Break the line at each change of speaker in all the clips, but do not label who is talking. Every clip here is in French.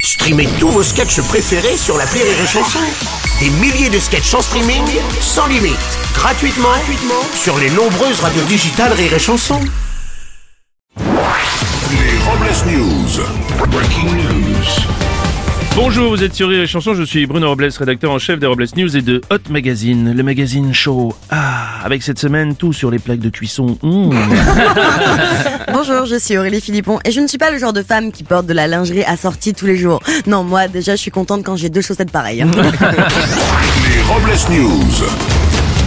Streamez tous vos sketchs préférés sur la Rire et Chanson. Des milliers de sketchs en streaming, sans limite, gratuitement, gratuitement sur les nombreuses radios digitales Rire et Chanson.
Les Robles News. Breaking news.
Bonjour, vous êtes sur Rire et Chanson, je suis Bruno Robles, rédacteur en chef des Robles News et de Hot Magazine, le magazine show. Ah, avec cette semaine, tout sur les plaques de cuisson. Mmh.
Bonjour, je suis Aurélie Philippon et je ne suis pas le genre de femme qui porte de la lingerie assortie tous les jours. Non, moi déjà je suis contente quand j'ai deux chaussettes pareilles. hein.
Les Robles News.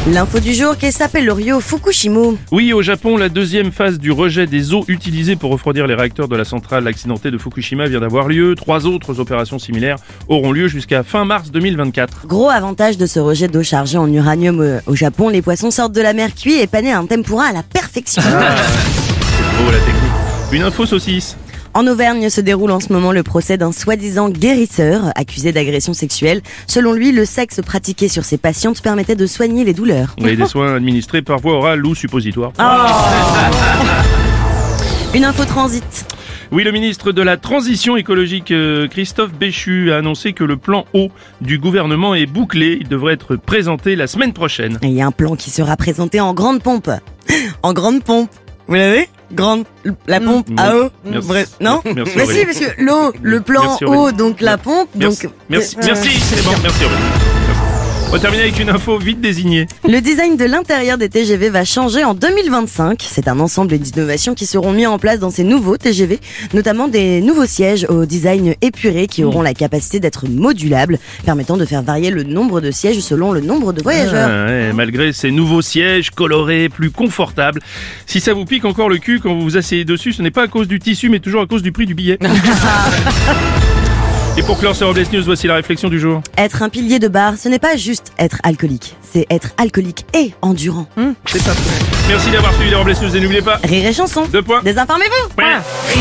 L'info du jour qui s'appelle l'Orio Fukushima.
Oui, au Japon, la deuxième phase du rejet des eaux utilisées pour refroidir les réacteurs de la centrale accidentée de Fukushima vient d'avoir lieu. Trois autres opérations similaires auront lieu jusqu'à fin mars 2024.
Gros avantage de ce rejet d'eau chargée en uranium euh, au Japon, les poissons sortent de la mer cuits et panés à un tempura à la perfection.
Oh, la technique. Une info saucisse.
En Auvergne se déroule en ce moment le procès d'un soi-disant guérisseur accusé d'agression sexuelle. Selon lui, le sexe pratiqué sur ses patientes permettait de soigner les douleurs.
Et des soins administrés par voie orale ou suppositoire.
Une info transit.
Oui, le ministre de la Transition écologique, euh, Christophe Béchu, a annoncé que le plan eau du gouvernement est bouclé. Il devrait être présenté la semaine prochaine.
Et Il y a un plan qui sera présenté en grande pompe. En grande pompe. Vous l'avez Grande la pompe
Mm.
à eau.
Merci.
Bref, non
Merci,
Mais
Aurélie.
si parce que l'eau, le plan
Merci,
eau,
Aurélie.
donc la pompe,
Merci,
donc euh,
merci, merci, c'est bon, merci. Aurélie. Merci. On va terminer avec une info vite désignée.
Le design de l'intérieur des TGV va changer en 2025. C'est un ensemble d'innovations qui seront mis en place dans ces nouveaux TGV, notamment des nouveaux sièges au design épuré qui
Mm.
auront la capacité d'être modulables, permettant de faire varier le nombre de sièges selon le nombre de voyageurs.
Ah ouais, malgré ces nouveaux sièges colorés, plus confortables, si ça vous pique encore le cul quand vous vous asseyez dessus, ce n'est pas à cause du tissu, mais toujours à cause du prix du billet. Et pour clore ce Robles News, voici la réflexion du jour.
Être un pilier de bar, ce n'est pas juste être alcoolique, c'est être alcoolique et endurant.
Merci d'avoir suivi les Robles News et n'oubliez pas,
Rire et chanson.
deux points.
Désinformez-vous.
Ouais.